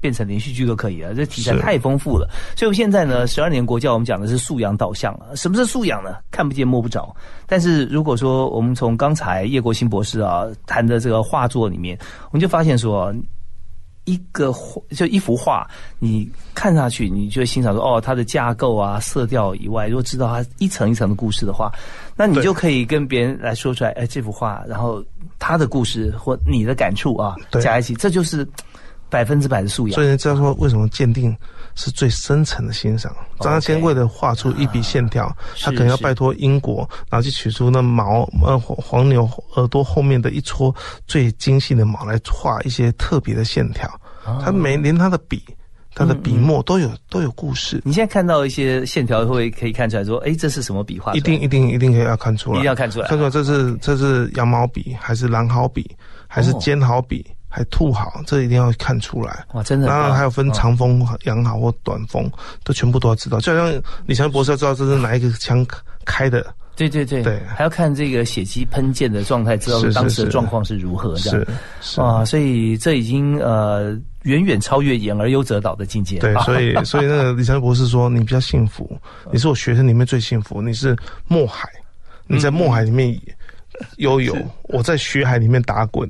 A: 变成连续剧都可以啊了，这题材
B: 是
A: 太丰富了。所以我们现在呢，十二年国教我们讲的是素养导向啊，什么是素养呢？看不见摸不着。但是如果说我们从刚才叶国兴博士啊谈的这个画作里面，我们就发现说。一个画就一幅画，你看上去你就会欣赏说哦，它的架构啊、色调以外，如果知道它一层一层的故事的话，那你
B: 对
A: 就可以跟别人来说出来，哎，这幅画，然后他的故事或你的感触啊，
B: 对
A: 加一起，这就是百分之百的素养
B: 所。以你知道说为什么鉴定是最深层的欣赏？张大千
A: OK
B: 为了画出一笔线条，
A: 是
B: 他可能要
A: 是
B: 拜托英国，然后去取出那毛呃黄黄牛耳朵后面的一撮最精细的毛来画一些特别的线条。
A: 啊
B: 他每连他的笔。他
A: 嗯
B: 的笔墨都有、都有故事，
A: 你现在看到一些线条，会不会可以看出来说，哎，这是什么笔画出来
B: 一
A: 的？
B: 定一定一定可以要看出
A: 一
B: 来
A: 定，要看啊出来
B: 看。出来这是这是羊毛笔还是狼毫笔还是
A: 哦
B: 尖毫笔还兔毫，这一定要看出来。
A: 哇，真的很
B: 当
A: 棒。
B: 然还有分
A: 哦
B: 长风、洋毫或短风，都全部都要知道。就好像李强博士要知道这是哪一个枪开的，
A: 对对对，
B: 对
A: 还要看这个血迹喷溅的状态，知道
B: 是是
A: 当时的
B: 是
A: 状况是如何
B: 是
A: 的。
B: 是
A: 啊，所以这已经呃远远超越演而优则导的境界。啊
B: 对，所 以所以那个李强博士说，你比较幸福，你是我学生里面最幸福，你是墨海，你在墨海里
A: 嗯
B: 面悠游，我在学海里面打滚。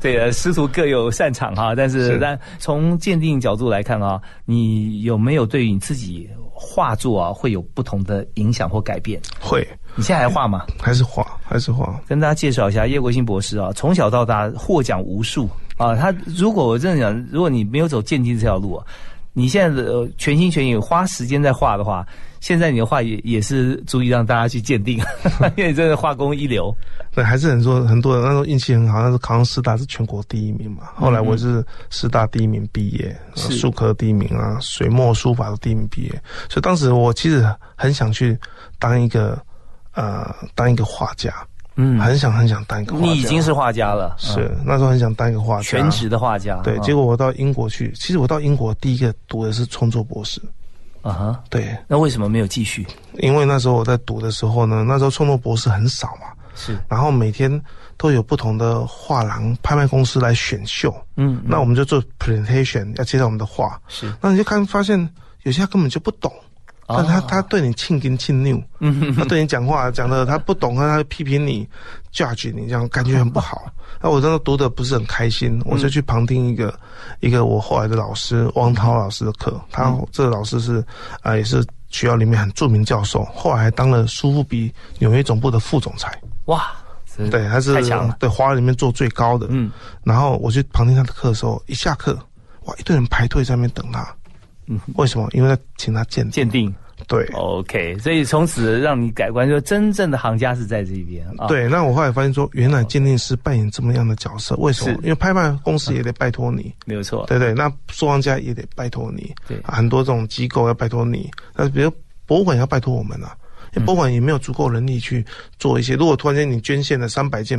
A: 对呃，师徒各有擅长哈、但是
B: 是
A: 但从鉴定角度来看啊，你有没有对于你自己画作啊会有不同的影响或改变？
B: 会
A: 你现在还画 吗？
B: 还是画还是画，
A: 跟大家介绍一下叶国兴博士啊，从小到大获奖无数啊。他如果我真的讲，如果你没有走鉴定这条路、啊，你现在的、呃全心全意花时间在画的话，现在你的画也也是足以让大家去鉴定， 因为你真的画工一流。
B: 对，还是很多很多人那时候运气很好，那时候考上师大是全国第一名嘛。后来我是师大第一名毕业，呃
A: 嗯是
B: 数科第一名啊，水墨书法的第一名毕业。所以当时我其实很想去当一个呃当一个画家，
A: 嗯，
B: 很想很想当一个画家。
A: 你已经是画家了，
B: 是、
A: 嗯
B: 那时候很想当一个画家，
A: 全职的画家。
B: 对。
A: 嗯
B: 结果我到英国去，其实我到英国第一个读的是创作博士，
A: 啊哈，
B: 对，
A: 那为什么没有继续？
B: 因为那时候我在读的时候呢，那时候创作博士很少嘛，
A: 是，
B: 然后每天都有不同的画廊、拍卖公司来选秀。
A: 嗯，
B: 那我们就做 presentation，要介绍我们的画。
A: 是，啊
B: 那你就看发现有些他根本就不懂，但他、他对你庆跟庆拗，
A: 嗯
B: 他对你讲话讲的他不懂，他就批评你、judge 你，这样感觉很不 好。那我真的读的不是很开
A: 嗯
B: 心，我就去旁听一个、一个我后来的老师汪涛老师的课，他、
A: 嗯
B: 这个老师是啊、呃也是学校里面很著名教授，后来还当了苏富比纽约总部的副总裁。
A: 哇，真
B: 对，他是
A: 嗯太强了。
B: 对华人里面做最高的。
A: 嗯，
B: 然后我去旁听他的课的时候，一下课，哇，一堆人排队在那边等他。
A: 嗯，
B: 为什么？因为他请他鉴定。
A: 鉴定哦
B: 对、
A: ，OK，所以从此让你改观，说真正的行家是在这边啊。，
B: 对，那我后来发现说，原来鉴定师扮演这么样的角色，为什么
A: 是？
B: 因为拍卖公司也得拜托你，
A: 没有错。
B: 对对，那收藏家也得拜托你，
A: 对
B: 啊很多这种机构要拜托你，那比如博物馆也要拜托我们啊，
A: 嗯
B: 因为博物馆也没有足够能力去做一些。如果突然间你捐献了三百件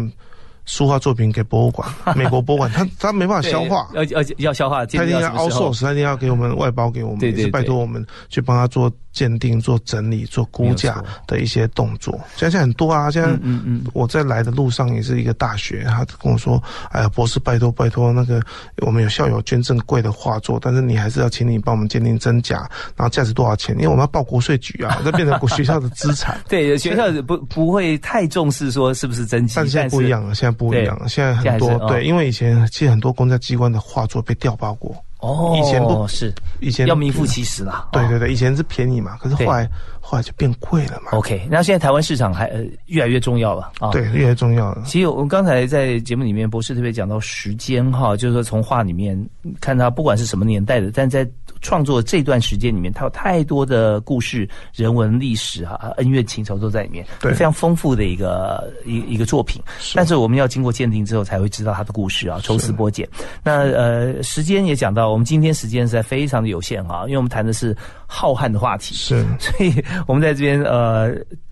B: 书画作品给博 物馆，美国博物馆，他他没办法
A: 对
B: 消化，
A: 要要要消化，
B: 他一定要
A: 凹
B: 啊 outsource，他一定要给我们外包给我们，
A: 对对
B: 也是拜托我们去帮他做鉴定、做整理、做估
A: 没有
B: 价
A: 错
B: 的一些动作。现在很多啊，现在
A: 嗯嗯
B: 我在来的路上也是一个大学，他跟我说：“哎呀，博士，拜托拜托，那个我们有校友捐赠贵的画作，但是你还是要请你帮我们鉴定真假，然后价值多少钱？因为我们要报国税局 啊，这变成学校的资产。”
A: 对，学校不不会太重视说是不是真迹，
B: 但现在不一样了，现在不一样了，现在很
A: 现
B: 多
A: 在是哦
B: 对，因为以前其实很多公家机关的画作被调包过，
A: 哦，
B: 以前不
A: 是
B: 以前
A: 要名副其实啦。
B: 对
A: 哦
B: 对对，以前是便宜嘛，可是后来后来就变贵了嘛。
A: ，OK，那现在台湾市场还呃越来越重要了啊。
B: 对，。越来越重要了。
A: 其实我们刚才在节目里面，博士特别讲到时间哈，就是说从画里面看他不管是什么年代的，但在创作这段时间里面，他有太多的故事、人文、历史啊、恩怨情仇都在里面，
B: 对
A: 非常丰富的一个一一个作品。但是我们要经过鉴定之后，才会知道他的故事啊，抽丝剥茧。那呃，时间也讲到，我们今天时间实在非常的有限啊，因为我们谈的是浩瀚的话题，
B: 是
A: 所以我们在这边呃。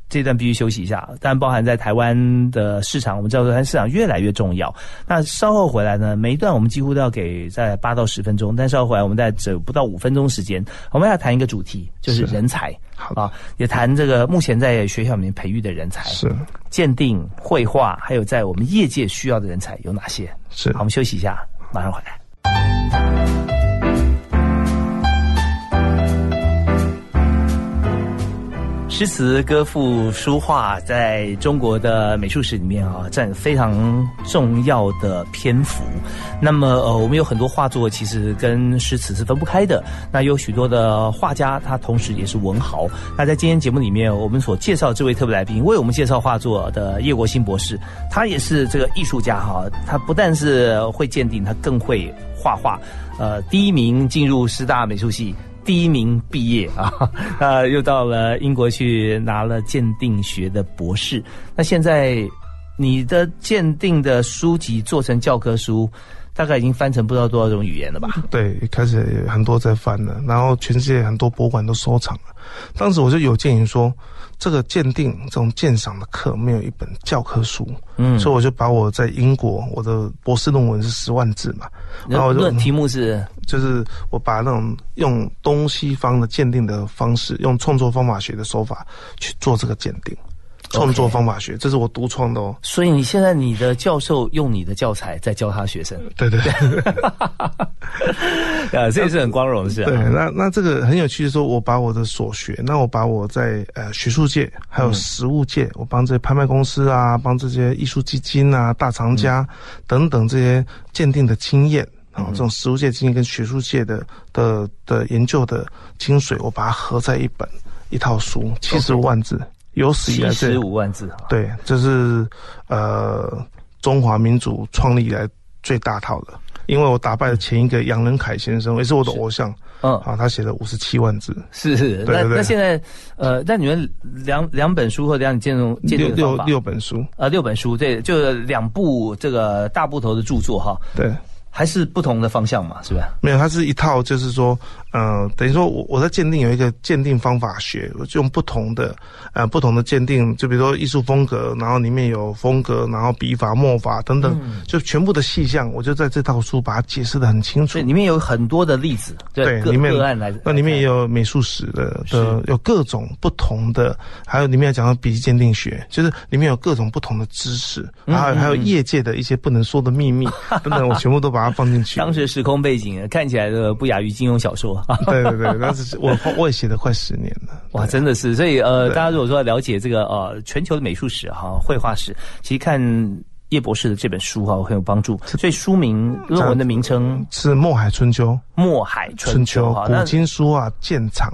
A: 这段必须休息一下，当然包含在台湾的市场，我们知道台湾市场越来越重要。那稍后回来呢，每一段我们几乎都要给在八到十分钟，但稍后回来我们在只有不到五分钟时间，我们要谈一个主题，就是
B: 是
A: 人才
B: 好的
A: 啊，也谈这个目前在学校里面培育的人才。
B: 是
A: 鉴定、绘画，还有在我们业界需要的人才有哪些？
B: 是
A: 好，我们休息一下，马上回来。诗词歌赋书画在中国的美术史里面啊，占非常重要的篇幅。那么呃，我们有很多画作其实跟诗词是分不开的。那有许多的画家，他同时也是文豪。那在今天节目里面，我们所介绍这位特别来宾，为我们介绍画作的叶国兴博士，他也是这个艺术家哈、他不但是会鉴定，他更会画画。呃，第一名进入师大美术系，第一名毕业啊， 呃，又到了英国去拿了鉴定学的博士。那现在你的鉴定的书籍做成教科书，大概已经翻成不知道多少种语言了吧？
B: 对，开始很多在翻了，然后全世界很多博物馆都收藏了。当时我就有建议说，这个鉴定这种鉴赏的课没有一本教科书，
A: 嗯
B: 所以我就把我在英国我的博士论文是十万字嘛，然哦后我就
A: 论题目是
B: 就是我把那种用东西方的鉴定的方式，用创作方法学的手法去做这个鉴定。创作方法学，这是我独创的哦。
A: 所以你现在你的教授用你的教材在教他学 生，
B: 对对对，
A: 呃，这也是很光荣的事、啊。
B: 对，那那这个很有趣的是说，我把我的所学，那我把我在呃学术界还
A: 嗯
B: 有实务界，我帮这些拍卖公司啊，帮这些艺术基金啊、大藏家、
A: 嗯
B: 等等这些鉴定的经验。啊，这种实务界经验跟学术界的的的研究的精髓，我把它合在一本一套书，七十五万字，有史以
A: 七
B: 来最
A: 十五万字啊，
B: 对，这是呃中华民族创立以来最大套的，因为我打败了前一个杨仁凯先生，也是我的偶像
A: 嗯，
B: 啊，他写了五十七万字，
A: 是是。
B: 对
A: 那
B: 对
A: 那现在，呃，那你们两两本书和两本鉴定鉴
B: 六
A: 定的
B: 六
A: 方法，
B: 六本书，
A: 呃，六本书，对，就是两部这个大部头的著作哈，
B: 对，
A: 还是不同的方向嘛，是吧？
B: 没有，它是一套，就是说，呃，等于说我我在鉴定有一个鉴定方法学，我就用不同的呃不同的鉴定，就比如说艺术风格，然后里面有风格，然后笔法、墨法等等，
A: 嗯
B: 就全部的细项，我就在这套书把它解释的很清楚
A: 所以。里面有很多的例子，
B: 对
A: 个
B: 里面
A: 个案来，
B: 那里面也有美术史的的
A: 是，
B: 有各种不同的，还有里面有讲到笔迹鉴定学，就是里面有各种不同的知识，
A: 嗯
B: 然后还有业界的一些不能说的秘 密等等，我全部都把它放进去。
A: 当时时空背景看起来的不亚于金庸小说。
B: 对对对，那是我我也写了快十年了。
A: 哇，真的是，所以呃，大家如果说要了解这个呃全球的美术史哈、绘画史，其实看叶博士的这本书哈、很有帮助。所以书名论文的名称《
B: 是《墨海春秋》，
A: 墨海春秋》哈，
B: 古
A: 那
B: 今书啊，鉴藏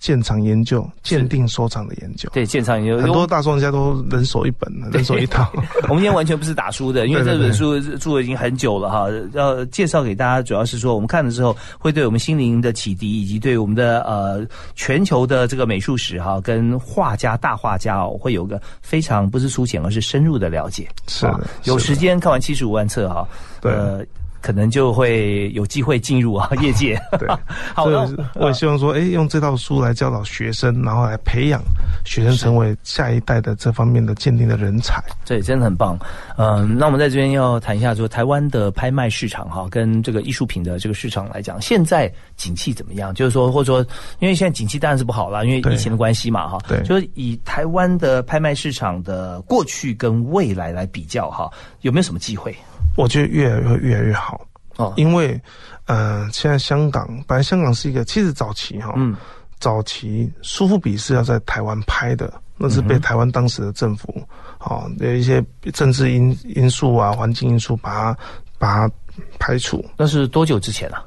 B: 鉴藏研究、鉴定收藏的研究，
A: 对鉴赏也有
B: 很多大众家都人手一本了，人手一 套。
A: 我们今天完全不是打书的，因为
B: 对
A: 这
B: 对
A: 本书做已经很久了哈。要介绍给大家，主要是说我们看了之后，会对我们心灵的启迪，以及对我们的呃全球的这个美术史哈，跟画家大画家哦，会有个非常不是粗浅，而是深入的了解。
B: 是的
A: 啊
B: 是的
A: 有时间看完七十五万册哈，
B: 对
A: 呃，可能就会有机会进入啊业 界。
B: 对，
A: 好，
B: 所以
A: 那
B: 我是我也希望说，哎，用这套书来教导学生，然后来培养学生成为下一代的这方面的鉴定的人才。
A: 对，真的很棒。嗯，那我们在这边要谈一下，说台湾的拍卖市场哈，跟这个艺术品的这个市场来讲，现在景气怎么样？就是说，或者说，因为现在景气当然是不好啦，因为
B: 对
A: 疫情的关系嘛哈。
B: 对
A: 就是以台湾的拍卖市场的过去跟未来来比较哈，有没有什么机会？
B: 我觉得越来越越来越好，
A: 哦，
B: 因为，呃，现在香港本来香港是一个，其实早期哈、
A: 嗯，
B: 早期苏富比是要在台湾拍的，那是被台湾当时的政府，哦，
A: 嗯
B: 有一些政治因因素啊、环境因素把它把它排除。
A: 那是多久之前啊？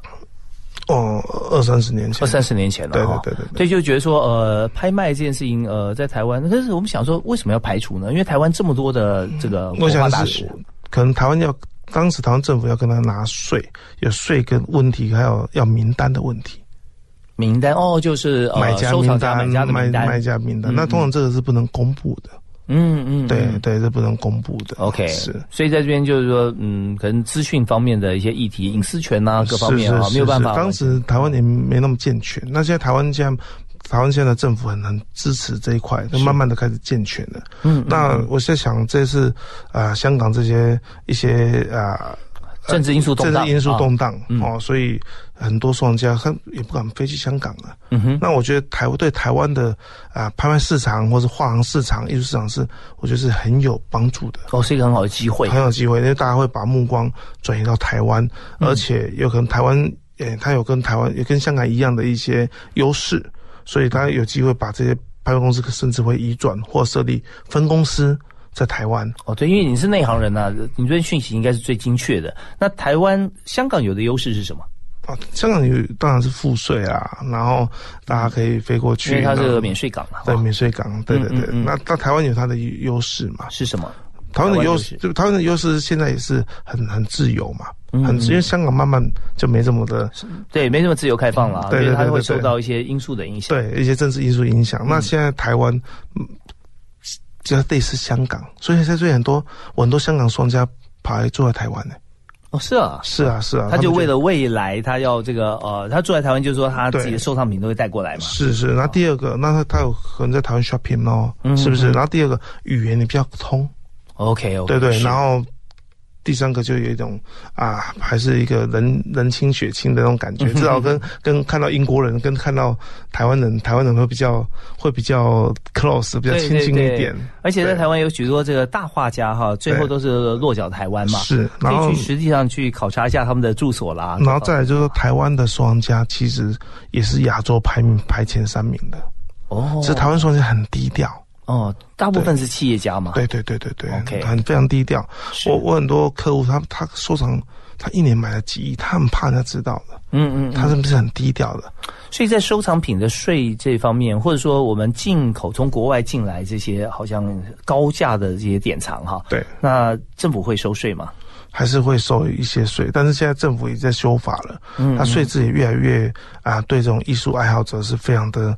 B: 哦，二三十年前，
A: 二三十年前了哦
B: 对
A: 哈。
B: 对对对对
A: 所以就觉得说，呃，拍卖这件事情，呃，在台湾，但是我们想说，为什么要排除呢？因为台湾这么多的这个呃
B: 嗯我
A: 文化
B: 想
A: 大
B: 是
A: 使，
B: 可能台湾要当时台湾政府要跟他拿税，有税跟问题，还有要名单的问题，
A: 名单哦，就是呃，
B: 买家
A: 收藏
B: 名
A: 家、买家
B: 单、
A: 的
B: 卖
A: 名单，
B: 卖家名单。
A: 嗯
B: 那通常这个是不能公布的，
A: 嗯嗯，
B: 对
A: 嗯
B: 对，是不能公布的。
A: OK，
B: 是。
A: 所以在这边就是说，嗯，可能资讯方面的一些议题、隐私权啊，各方面
B: 是
A: 啊
B: 是，是
A: 没有办法。
B: 是当时台湾也没那么健全，那现在台湾现在。台湾现在的政府很很支持这一块，就慢慢的开始健全了。
A: 嗯，
B: 那我在想，这次啊、呃香港这些一些啊、呃
A: 政治因素动
B: 政
A: 荡，
B: 治因素
A: 啊，
B: 动荡、
A: 嗯
B: 哦，所以很多收藏家他也不敢飞去香港了。
A: 嗯哼，
B: 那我觉得台对台湾的啊、拍卖市场或是画廊市场、艺术市场是，我觉得是很有帮助的。
A: 哦，是一个很好的机会。
B: 很有机会，因为大家会把目光转移到台湾，
A: 嗯
B: 而且有可能台湾，诶、它有跟台湾也跟香港一样的一些优势，所以大家有机会把这些拍拍卖公司甚至会移转或设立分公司在台湾。
A: 哦，对，因为你是内行人呐、你这边讯息应该是最精确的。那台湾、香港有的优势是什么？
B: 啊，香港有当然是赋税啊，然后大家可以飞过去，
A: 因为它是
B: 那
A: 个免税港嘛，
B: 对
A: 哦
B: 免税港，对对对。
A: 嗯
B: 那那台湾有它的优势嘛？
A: 是什么？
B: 台湾
A: 台
B: 的
A: 湾
B: 优
A: 优
B: 势，
A: 势
B: 就台湾的优势现在也是很很自由嘛，
A: 嗯
B: 很自因为香港慢慢就没这么的
A: 对，没什么自由开放了，
B: 对对
A: 所以它
B: 对
A: 会
B: 对
A: 受
B: 对
A: 到一些因素的影响。
B: 对一些政治因素影
A: 嗯
B: 响。那现在台湾，嗯，就类似香港，所以现在最近很多我很多香港商家跑来住在台湾呢、
A: 哦，是啊，
B: 是啊，是啊，
A: 他就
B: 们
A: 为了未来，他要这个呃，他住在台湾，就是说他自己的
B: 对
A: 收藏品都会带过来嘛。
B: 是是。那第二个，那他他有可能在台湾 shopping 哦，
A: 嗯
B: 是不是？然后第二个语言你比较通，
A: OK OK，
B: 对对，然后。第三个就有一种啊，还是一个人人亲血亲的那种感
A: 嗯
B: 觉，至少跟跟看到英国人跟看到台湾人，台湾人会比较会比较 close，比较
A: 对
B: 亲近
A: 对对
B: 一点。
A: 而且在
B: 对
A: 台湾有许多这个大画家哈，最后都是落脚台湾嘛，
B: 是，
A: 可
B: 然后
A: 以去实际上去考察一下他们的住所啦。
B: 然后再来就是说，台湾的收藏家其实也是亚洲排名排前三名的，
A: 哦
B: 只是台湾收藏家很低调。
A: 哦，大部分是企业家嘛。
B: 对对对对对
A: 啊 OK
B: 很非常低调。
A: 是，
B: 我我很多客户，他他收藏，他一年买了几亿，他很怕人家知道的，
A: 嗯嗯嗯，
B: 他是不是很低调的？
A: 所以在收藏品的税这方面，或者说我们进口从国外进来这些好像高价的这些典藏哈，
B: 对，
A: 那政府会收税吗？
B: 还是会收一些税，但是现在政府也在修法了，
A: 嗯
B: 他税制也越来越啊、对这种艺术爱好者是非常的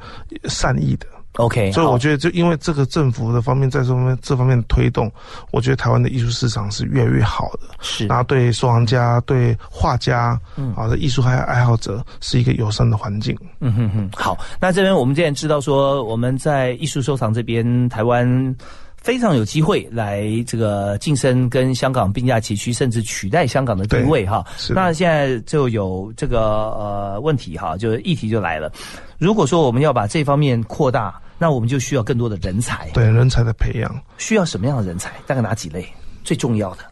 B: 善意的。
A: OK，
B: 所以
A: 好
B: 我觉得，就因为这个政府的方面在这方面这方面的推动，我觉得台湾的艺术市场是越来越好的。
A: 是
B: 然后对收藏家、对画家、好的艺术爱爱好者是一个友善的环境。
A: 嗯哼哼，好，那这边我们之前知道说，我们在艺术收藏这边，台湾非常有机会来这个晋升跟香港并驾齐驱，甚至取代香港的地位哈。
B: 是
A: 那现在就有这个呃问题哈，就是议题就来了。如果说我们要把这方面扩大，那我们就需要更多的人才，
B: 对人才的培养，
A: 需要什么样的人才？大概哪几类？最重要的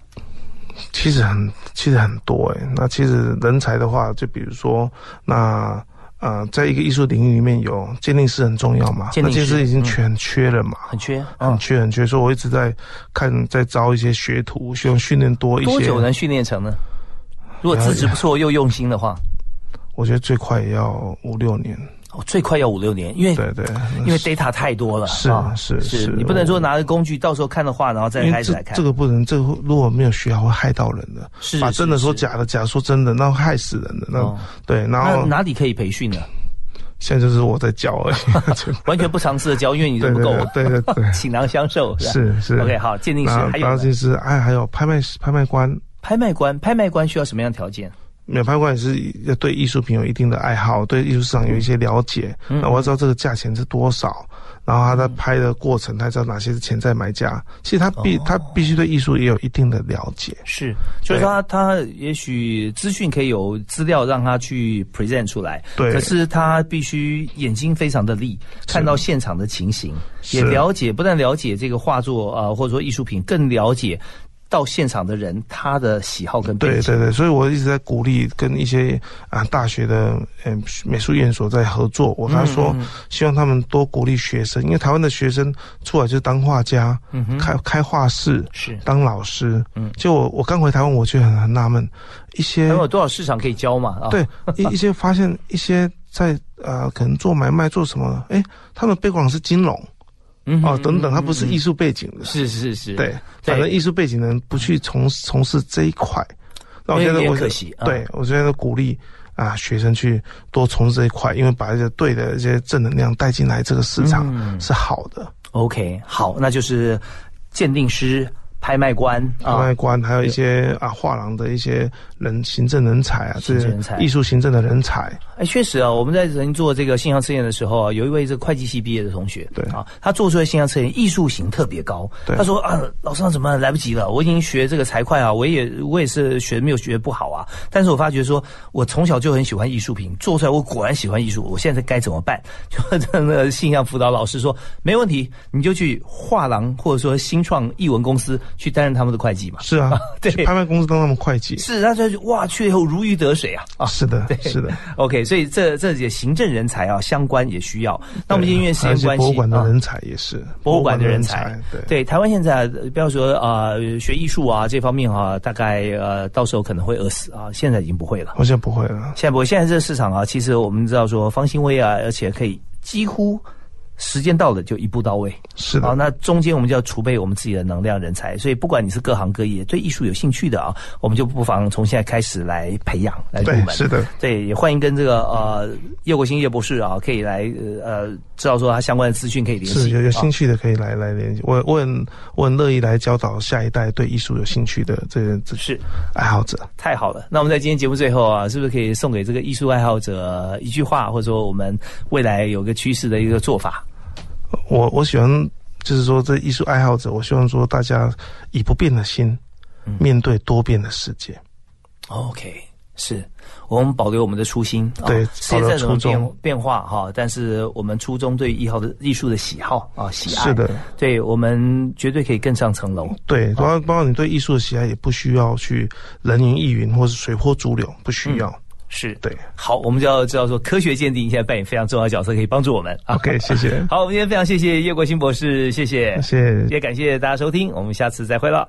B: 其实很其实很多诶、那其实人才的话，就比如说那。呃，在一个艺术领域里面有鉴定师很重要嘛，
A: 鉴定师嗯
B: 那鉴定师已经全缺了嘛，
A: 很缺啊
B: 很缺很缺，所以我一直在看，在招一些学徒，希望训练多一些。
A: 多久能训练成呢？如果资质不错又用心的话，
B: 我觉得最快也要五六年。
A: 哦，最快要五六年，因为
B: 对对，
A: 因为 data 太多了，
B: 是
A: 啊
B: 是
A: 是
B: 是
A: 你不能说拿着工具，到时候看的话，然后再
B: 因
A: 开
B: 为
A: 始
B: 这
A: 来看。
B: 这个不能，这个会如果没有学好会害到人的，
A: 是
B: 把
A: 是
B: 真的说
A: 是
B: 假的，假说真的，那害死人的。那、
A: 哦
B: 对，然
A: 那
B: 后
A: 哪里可以培训呢？
B: 现在就是我在教 而已，就
A: 完全不尝试的教，因为你都
B: 对
A: 不
B: 对
A: 够，啊
B: 对对对对，
A: 倾囊相授吧
B: 是是
A: OK，好，鉴定师
B: 然后
A: 还有
B: 然后
A: 呢
B: 就是哎，还有拍卖拍卖官，
A: 拍卖官，拍卖官需要什么样的条件？
B: 没有拍卖官也是要对艺术品有一定的爱好，对艺术市场有一些了解。
A: 嗯
B: 那我要知道这个价钱是多少，然后他在拍的过程，他知道哪些是潜在买家。其实他必、
A: 哦
B: 他必须对艺术也有一定的了解。
A: 是，就是他他也许资讯可以有资料让他去 present 出来，
B: 对
A: 可是他必须眼睛非常的利，看到现场的情形，
B: 是
A: 也了解，不但了解这个画作啊、呃或者说艺术品，更了解到现场的人他的喜好跟背
B: 对
A: 景。
B: 对对，所以我一直在鼓励跟一些啊大学的嗯美术院所在合作。我跟他
A: 嗯
B: 说，希望他们多鼓励学生，因为台湾的学生出来就是当画家，开开画室，
A: 嗯是
B: 当老师。就我我刚回台湾，我就很很纳闷，一些
A: 还有多少市场可以教嘛？啊，
B: 对 一一些发现一些在呃可能做买卖做什么，哎，他们背景是金融
A: 嗯
B: 哦等等，他不是艺术背景的。
A: 是是是，
B: 对，反正艺术背景的人不去从从事这一块，那我
A: 因为
B: 觉得
A: 有点
B: 我
A: 可惜啊
B: 对我觉得鼓励啊学生去多从事这一块，因为把一些对的一些正能量带进来这个市场是好的。
A: OK，好，那就是鉴定师、拍卖官
B: 外
A: 啊，
B: 观还有一些啊画廊的一些人行政人才啊，
A: 行
B: 这
A: 政
B: 些
A: 人才
B: 艺术行政的人才，
A: 哎，确实啊，我们在曾经做这个性象测验的时候啊，有一位这个会计系毕业的同学，
B: 对
A: 啊，他做出来性象测验艺术型特别高，
B: 对
A: 他说啊，老师那怎么办来不及了？我已经学这个财会啊，我也我也是学没有学不好啊，但是我发觉说我从小就很喜欢艺术品，做出来我果然喜欢艺术，我现在该怎么办？ 就那个性向辅导老师说没问题，你就去画廊或者说新创艺文公司去担任他们的会计嘛。，
B: 是啊
A: 对
B: 去拍卖公司当他们会计，
A: 是，那就是哇，去以后如鱼得水啊 啊！
B: 是的
A: 对，
B: 是的。
A: OK，所以这这些行政人才啊，相关也需要。那我们今天因为时
B: 还有
A: 间
B: 一些
A: 关
B: 博
A: 系
B: 物馆
A: 啊
B: 的人才也是，
A: 博物馆的人才，
B: 对
A: 台湾现在呃不要说啊、呃学艺术啊这方面啊，大概呃到时候可能会饿死啊，现在已经不会了。
B: 我现在不会了，
A: 现在不会，现在这个市场啊，其实我们知道说方兴微啊，而且可以几乎时间到了就一步到位。
B: 是
A: 好，
B: 的，
A: 那中间我们就要储备我们自己的能量、人才，所以不管你是各行各业对艺术有兴趣的啊，我们就不妨从现在开始来培养、来入
B: 对，
A: 门。
B: 是的，
A: 对，也欢迎跟这个呃叶国兴叶博士啊，可以来呃呃知道说他相关的资讯可以联系。
B: 是有有
A: 啊
B: 兴趣的可以来来联系，我我很我很乐意来教导下一代对艺术有兴趣的这这
A: 是
B: 爱好者。
A: 太好了。那我们在今天节目最后啊，是不是可以送给这个艺术爱好者一句话，或者说我们未来有个趋势的一个做法？
B: 我我喜欢就是说这艺术爱好者，我希望说大家以不变的心
A: 嗯
B: 面对多变的世界。
A: OK，是我们保留我们的初心，啊
B: 哦对
A: 世界
B: 保留
A: 在怎么
B: 初衷
A: 变变化哈、但是我们初衷对艺好的艺术的喜好啊，喜爱
B: 是，的，
A: 对我们绝对可以更上层楼。
B: 对，包括包括你对艺术的喜爱，也不需要去人云亦云或是随波逐流，不需要。
A: 是
B: 对
A: 好，我们就要知道说，科学鉴定现在扮演非常重要的角色，可以帮助我们啊。
B: ，OK，谢谢，
A: 好，我们今天非常谢谢叶国兴博士，谢谢，
B: 谢谢
A: 也感谢大家收听，我们下次再会了。